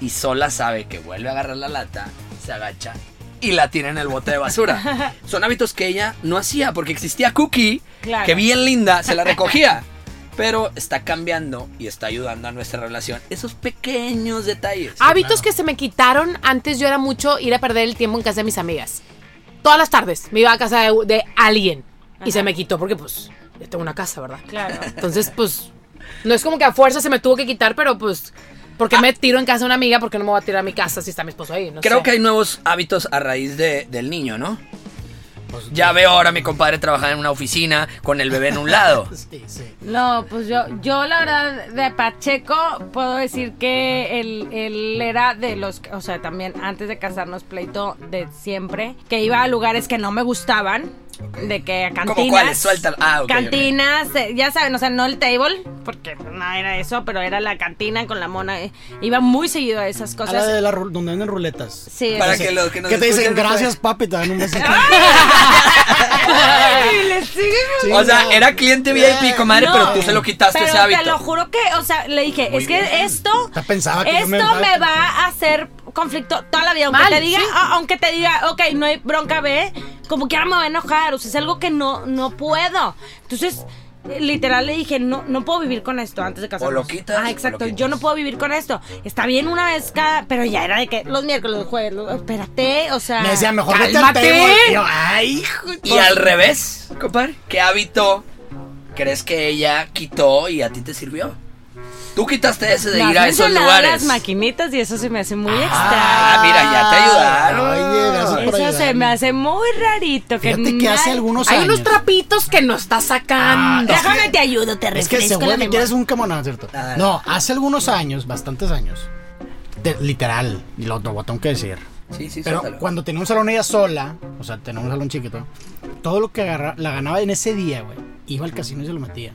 Y sola sabe que vuelve a agarrar la lata, se agacha y la tira en el bote de basura. Son hábitos que ella no hacía porque existía Cookie,
Claro.
que bien linda se la recogía. Pero está cambiando y está ayudando a nuestra relación. Esos pequeños detalles.
Hábitos que se me quitaron. Antes yo era mucho ir a perder el tiempo en casa de mis amigas. Todas las tardes me iba a casa de, de alguien. Y se me quitó porque, pues, yo tengo una casa, ¿verdad?
Claro.
Entonces, pues, no es como que a fuerza se me tuvo que quitar, pero pues, porque me tiro en casa de una amiga? porque no me voy a tirar a mi casa si está mi esposo ahí? No
Creo
sé.
que hay nuevos hábitos a raíz de- del niño, ¿no?
Pues,
Ya veo ahora a mi compadre trabajar en una oficina con el bebé en un lado.
Sí, sí.
No, pues yo, yo la verdad de Pacheco puedo decir que él, él era de los, o sea, también antes de casarnos pleito de siempre, que iba a lugares que no me gustaban, de que a
¿Cómo
cantinas.
cuáles? Suéltalo. Ah, ok, ok.
Cantinas, eh, ya saben, o sea, no el table, porque no era eso, pero era la cantina con la mona. eh, Iba muy seguido a esas
A la
cosas.
de la ru- donde venden ruletas.
Sí,
Para
sí.
que los que nos
te
escuchan
dicen,
no
gracias
saben.
papi, te dan un besito.
Ay, le sigue
Sí,
O sea,
no.
era cliente VIP, comadre,
No,
pero tú se lo quitaste
pero
ese hábito.
Te lo juro que, o sea, le dije, es que esto,
Ya pensaba que yo
esto
me-
me, va a hacer conflicto toda la vida. Aunque
Mal,
te diga,
sí.
a- aunque te diga, ok, no hay bronca, ve, como quiera me va a enojar. O sea, es algo que no, no puedo. Entonces. Literal le dije, no, no puedo vivir con esto antes de casarnos.
O lo quitas, o
Ah,
lo
exacto.
quitas.
Yo no puedo vivir con esto. Está bien una vez cada, pero ya era de que los miércoles, los jueves, los- espérate, o sea.
Me decía, mejor vete al
Cálmate.
table. Y yo, ay, hijo.
Y al revés, compadre. ¿Qué hábito crees que ella quitó y a ti te sirvió? Tú quitaste ese de
Las
ir a esos
mencionadas, Las
lugares.
maquinitas y eso se me hace muy
Ah, mira, ya te ayudaron.
Oye, gracias por
extraño. Eso se
ayudarme.
me hace muy rarito. Que
Ah, Fíjate que hace
nadie-
algunos
Hay
años.
unos trapitos que no está sacando.
Ah,
Déjame te ayudo, te
Es que
refresco la
seguramente
memoria.
eres un camonón, ¿cierto?
Ah.
No, hace algunos años, bastantes años. de- literal, y lo, lo tengo que decir.
Sí, sí,
Pero
suéltalo.
cuando tenía un salón ella sola, o sea, tenía un salón chiquito, todo lo que agarra- la ganaba en ese día, güey, iba al casino y se lo metía.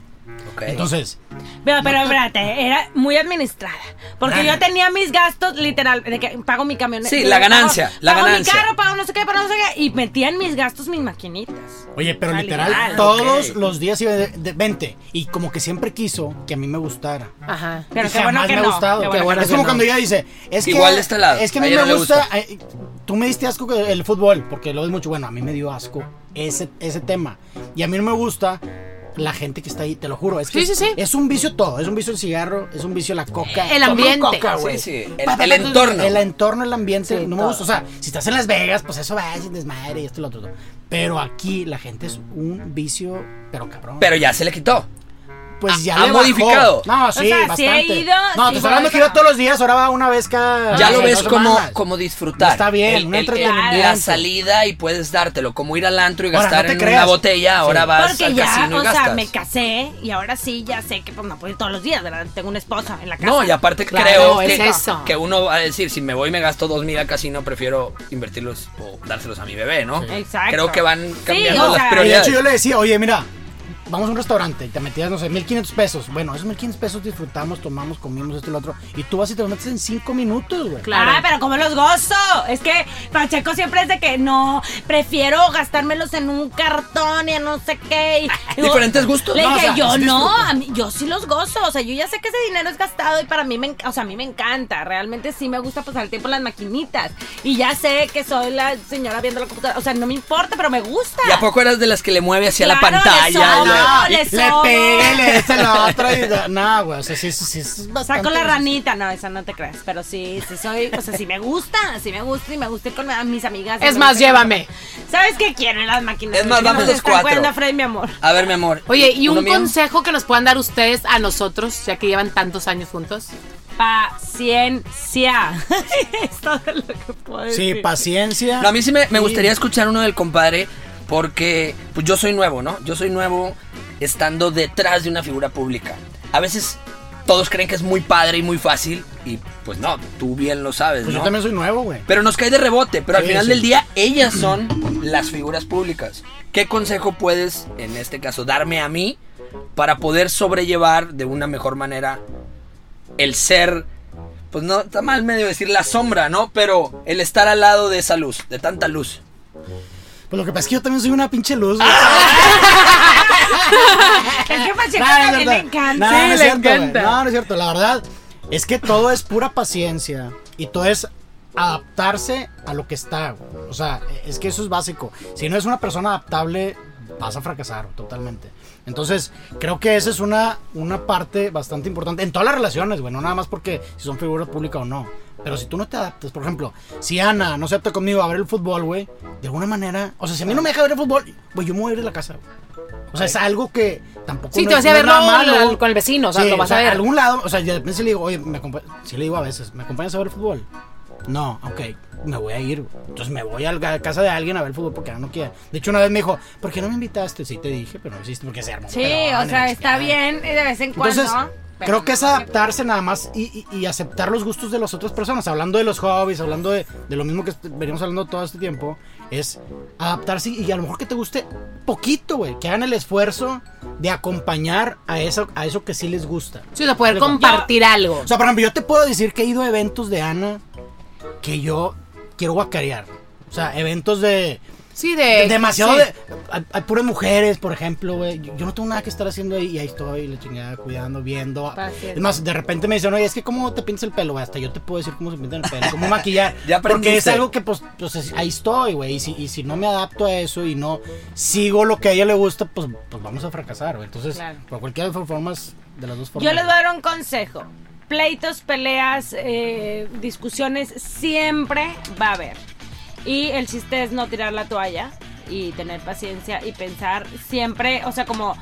Ok.
Entonces,
Pero, pero, espérate, era muy administrada. Porque yo tenía mis gastos, literal, de que pago mi camioneta.
Sí, la ganancia,
pago-
la
pago
ganancia.
mi carro, pago no sé qué, pago no sé qué. Y metía en mis gastos mis maquinitas.
oye, pero
Calidad,
literal, todos
ok.
los días iba de, de- vente. Y como que siempre quiso que a mí me gustara.
Ajá.
Pero
Y
qué bueno
jamás
que
me
no.
ha gustado.
qué bueno
es
que
como
no.
cuando ella dice, es que
Igual de este lado,
Es que a mí
a ella
me
no le
gusta,
gusta.
ay, tú me diste asco que el fútbol, porque lo es mucho, bueno, a mí me dio asco ese ese tema. Y a mí no me gusta la gente que está ahí, te lo juro, es que
Sí, sí, sí.
es un vicio todo, es un vicio el cigarro, es un vicio la coca,
El
Toma
ambiente.
coca, güey.
Sí, sí, el- el entorno.
el entorno, el ambiente,
Sí,
no me
todo.
gusta, o sea, si estás en Las Vegas, pues eso va, es desmadre y esto y lo otro. ¿no? Pero aquí la gente es un vicio, pero cabrón
Pero ya se le quitó.
pues ya
Ah, ha
le bajó.
modificado.
No, sí,
sea, sí
bastante.
he ido,
no,
sí
te estoy hablando
voy.
que iba todos los días, ahora va una vez cada
Ya
no
lo
sé,
ves
dos
como,
semanas.
como disfrutar.
Está bien, un entretenimiento.
la salida y puedes dártelo, como ir al antro y
Ahora,
gastar
no te
en
creas.
una botella, ahora
Sí.
vas
Porque
al
ya,
casino y
o
gastas.
sea, me casé y ahora sí ya sé que pues, no puedo ir todos los días, ¿verdad? Tengo una esposa en la casa.
No, y aparte
Claro,
creo que,
es eso.
que uno va a decir, si me voy y me gasto dos mil al casino, prefiero invertirlos o dárselos a mi bebé, ¿no?
Exacto.
Creo que van cambiando
o
las
sea,
Y de
prioridades.
hecho yo le decía, oye, mira, vamos a un restaurante y te metías, no sé, 1500 pesos. Bueno, esos 1500 pesos disfrutamos, tomamos, comimos esto y lo otro. Y tú vas y te lo metes en 5 minutos, güey.
Claro.
Ah, pero como los gozo. Es que Pacheco siempre es de que no, prefiero gastármelos en un cartón y en no sé qué. Y-
Diferentes gustos.
Le
No, o
dije,
sea,
yo
es
no,
disfrute.
a mí- yo sí los gozo. O sea, yo ya sé que ese dinero es gastado y para mí, me, enc- o sea, a mí me encanta. Realmente sí me gusta pasar el tiempo en las maquinitas. Y ya sé que soy la señora viendo la computadora. O sea, no me importa, pero me gusta.
¿Y a poco eras de las que le mueve hacia la
Claro, le
pantalla?
sobo,
y
le
le
sobo.
pegué, le hice la otra y... No, güey, o sea, sí, sí, sí, es bastante...
Saco la ranita, no, esa no te crees, pero sí, sí soy, o sea, sí me gusta, sí me gusta y me gusta ir con a mis amigas.
Es
Me
más,
gusta ir-
llévame.
¿Sabes qué quieren las máquinas?
Es más,
Porque no
vamos
se
los
están
cuatro.
cuidando, Fred, mi amor.
le- A ver, mi amor.
Oye, ¿y
¿uno
un
mío?
consejo que nos puedan dar ustedes a nosotros, ya que llevan tantos años juntos?
Paciencia. es todo lo que puedo
Sí,
decir.
paciencia.
No, a mí sí me, me gustaría escuchar uno del compadre porque pues yo soy nuevo, ¿no? Yo soy nuevo estando detrás de una figura pública. A veces todos creen que es muy padre y muy fácil y pues no, tú bien lo sabes,
Pues yo
¿no?
también soy nuevo, güey.
Pero nos cae de rebote, pero al
Sí,
final
sí.
del día ellas son las figuras públicas. ¿Qué consejo puedes, en este caso, darme a mí para poder sobrellevar de una mejor manera el ser, pues no, está mal medio decir la sombra, ¿no? Pero el estar al lado de esa luz, de tanta luz.
Pues lo que pasa es que yo también soy una pinche luz, güey.
Es que Pacheco
No,
también
no,
le
no.
encanta.
No, no es
le
cierto, güey.
encanta.
No, no es cierto. La verdad es que todo es pura paciencia y todo es adaptarse a lo que está. güey. O sea, es que eso es básico. Si no es una persona adaptable, vas a fracasar totalmente. Entonces, creo que esa es una, una parte bastante importante en todas las relaciones, güey. No nada más porque si son figuras públicas o no. Pero si tú no te adaptas, por ejemplo, si Ana no se adapta conmigo a ver el fútbol, güey, de alguna manera, o sea, si a mí no me deja ver el fútbol, güey, yo me voy a ir de la casa, güey. O sea, es algo que tampoco.
Sí,
no
te
es-
vas a
no
ver
es nada
no,
malo.
al- con el vecino, o sea,
Sí,
lo vas a ver.
algún lado, o sea, yo de repente sí le digo, oye, me acompa- sí le digo a veces, ¿me acompañas a ver fútbol? No, ok, me voy a ir. güey. Entonces me voy a la casa de alguien a ver fútbol porque ahora no quiere. De hecho, una vez me dijo, ¿por qué no me invitaste? Sí, te dije, pero no hiciste porque se armó. un
Sí,
pelón
o
y
sea,
la chingada.
está bien eh, de vez en cuando.
Entonces,
pero
creo que es
no.
adaptarse nada más y, y- y aceptar los gustos de las otras personas. Hablando de los hobbies, hablando de, de lo mismo que est- venimos hablando todo este tiempo, es adaptarse y a lo mejor que te guste poquito, güey. Que hagan el esfuerzo de acompañar a eso, a eso que sí les gusta.
Sí, o sea, poder
Yo-
compartir algo.
O sea, por ejemplo, yo te puedo decir que he ido a eventos de Ana que yo quiero guacarear. O sea, eventos de...
Sí, de.
Este,
demasiado
sí.
de... Hay, hay puras mujeres, por ejemplo, güey. Yo, yo no tengo nada que estar haciendo ahí y ahí estoy, la chingada, cuidando, viendo.
Paciencia.
Es más, de repente me dicen, oye, es que cómo te pintas el pelo, güey. Hasta yo te puedo decir cómo se pinta el pelo, cómo maquillar.
Ya
Porque es
aprendiste.
algo que, pues, pues, es- ahí estoy, güey. Y si, y si no me adapto a eso y no sigo lo que a ella le gusta, pues, pues vamos a fracasar, güey. Entonces,
Claro.
por cualquiera de las formas, de las dos formas.
Yo les voy a dar un consejo. Pleitos, peleas, eh, discusiones, siempre va a haber. Y el chiste es no tirar la toalla y tener paciencia y pensar siempre, o sea, como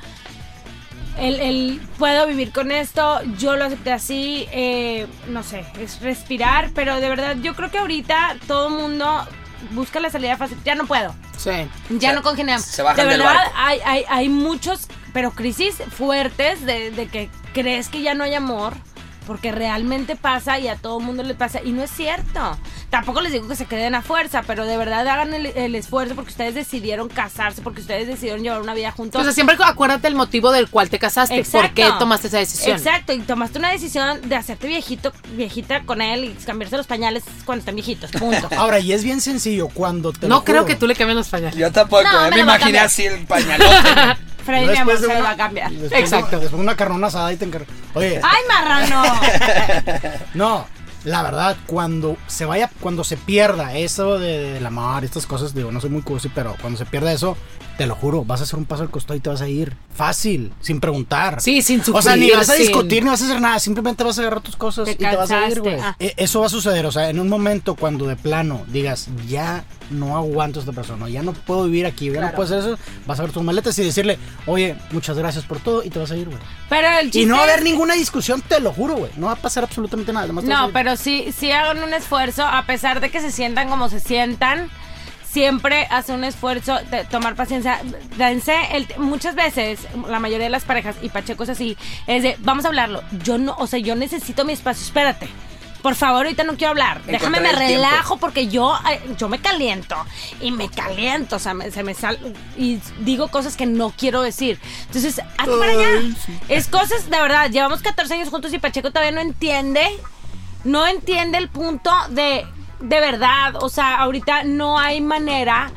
el, el puedo vivir con esto, yo lo acepté así, eh, no sé, es respirar, pero de verdad yo creo que ahorita todo mundo busca la salida fácil, ya no puedo,
Sí.
ya
Se-
no congeniamos.
se bajan
de
del
verdad
barco.
hay, hay, hay muchos, pero crisis fuertes de, de que crees que ya no hay amor. Porque realmente pasa y a todo mundo le pasa. Y no es cierto. Tampoco les digo que se creen a fuerza, pero de verdad hagan el, el esfuerzo porque ustedes decidieron casarse, porque ustedes decidieron llevar una vida juntos.
O sea, siempre acuérdate el motivo del cual te casaste, por qué
Exacto.
tomaste esa decisión.
Exacto, y tomaste una decisión de hacerte viejito, viejita con él y cambiarse los pañales cuando están viejitos. Punto.
Ahora, y es bien sencillo cuando te.
No
lo
creo
juro,
que tú le cambies los pañales.
Yo tampoco,
No,
eh,
me
me,
lo va a
imaginé
cambiar.
así el pañalote.
Freddy, mi
después de
amor, se lo
una-
va a cambiar.
después de-
Exacto.
después de una carnona asada y te encargo. Oye,
¡Ay, marrano!
no. La verdad, cuando se vaya, cuando se pierda eso de, del amor, estas cosas, digo, no soy muy cursi, pero cuando se pierda eso, te lo juro, vas a hacer un paso al costado y te vas a ir. Fácil, sin preguntar.
Sí, sin
O sea, ni
sufrir,
vas a
sin-
discutir, ni vas a hacer nada, simplemente vas a agarrar tus cosas
Te
y te vas a ir,
cansaste,
güey.
ah.
E- Eso va a suceder, o sea, en un momento cuando de plano digas, ya no aguanto a esta persona, ya no puedo vivir aquí, ya no puedo hacer eso, vas a ver tus maletas y decirle, oye, muchas gracias por todo y te vas a ir, güey.
Pero el chiste
Y no va a
es-
haber ninguna discusión, te lo juro, güey. No va a pasar absolutamente nada. nomás te vas a
No,
ir.
pero sí, sí hagan un esfuerzo, a pesar de que se sientan como se sientan, siempre hace un esfuerzo de tomar paciencia. Dense el- muchas veces, la mayoría de las parejas, y Pacheco es así, es de, vamos a hablarlo. Yo no, o sea, yo necesito mi espacio, espérate. Por favor, ahorita no quiero hablar. Déjame me
Encontrar el tiempo.
relajo porque yo, ay, yo me caliento. Y me caliento, o sea, me- se me sal y digo cosas que no quiero decir. Entonces, hazte para allá. Es cosas, de verdad, llevamos 14 años juntos y Pacheco todavía no entiende no entiende el punto de de verdad, o sea, ahorita no hay manera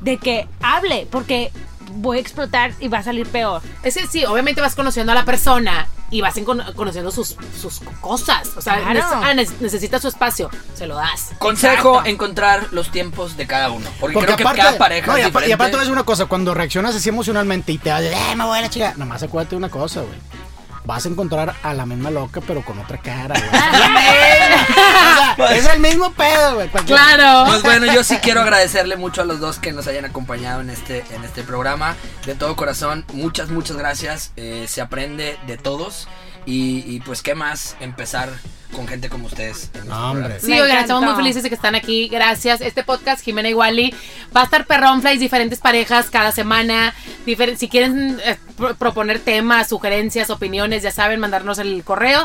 de que hable porque voy a explotar y va a salir peor.
Es que sí, obviamente vas conociendo a la persona y vas encon- conociendo sus, sus cosas. O sea,
Claro.
nece- ah, ne- necesita su espacio, se lo das.
Consejo,
Exacto.
encontrar los tiempos de cada uno. Porque,
Porque
creo
aparte,
que cada pareja
no, y,
es
aparte, y aparte te voy a
diferente.
decir una cosa, cuando reaccionas así emocionalmente y te vas, de, eh, me voy a la chica, nomás acuérdate de una cosa, güey. Vas a encontrar a la misma loca, pero con otra cara, güey. O sea, es el mismo pedo, güey. cualquier-
Claro.
Pues bueno, yo sí quiero agradecerle mucho a los dos que nos hayan acompañado en este, en este programa. De todo corazón, muchas, muchas gracias. Eh, se aprende de todos. Y, y, pues, ¿qué más? Empezar con gente como ustedes. en este
No, hombre.
programa.
Sí,
Me
oigan,
encantó.
estamos muy felices de que están aquí. Gracias. Este podcast, Jimena y Wally, va a estar perronflies, diferentes parejas cada semana. Difer- si quieren eh, pro- proponer temas, sugerencias, opiniones, ya saben, mandarnos el correo.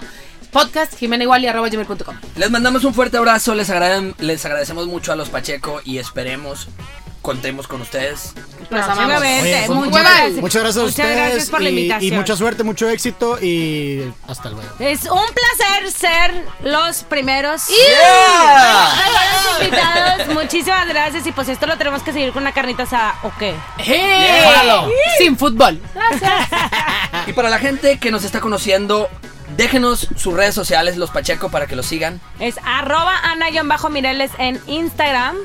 Podcast, Jimena y Wally, arroba gmail.com.
Les mandamos un fuerte abrazo. Les, agrade- les agradecemos mucho a los Pacheco y esperemos contemos con ustedes.
Los
Próxima
amamos.
vez,
Oye,
eh,
pues,
muchas
bye, bye.
gracias.
Muchas gracias a
Muchas
ustedes.
gracias por la
y-
invitación.
Y mucha suerte, mucho éxito y hasta luego.
Es un placer ser los primeros.
¡Ah!
Yeah.
primeros invitados. Muchísimas gracias y pues esto lo tenemos que seguir con una carnita asada o qué?
¡Hey!
Óralo.
Sin fútbol.
Y para la gente que nos está conociendo, déjenos sus redes sociales, los Pacheco, para que los sigan.
Es arroba ana-mireles en Instagram.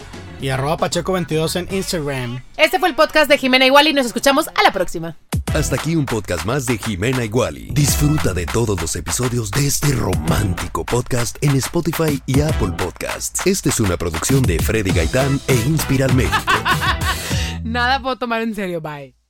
Y arroba Pacheco22 en Instagram.
Este fue el podcast de Jimena y Wally. Nos escuchamos a la próxima.
Hasta aquí un podcast más de Jimena Iguali. Disfruta de todos los episodios de este romántico podcast en Spotify y Apple Podcasts. Esta es una producción de Freddy Gaitán e Inspiral México.
Nada puedo tomar en serio. Bye.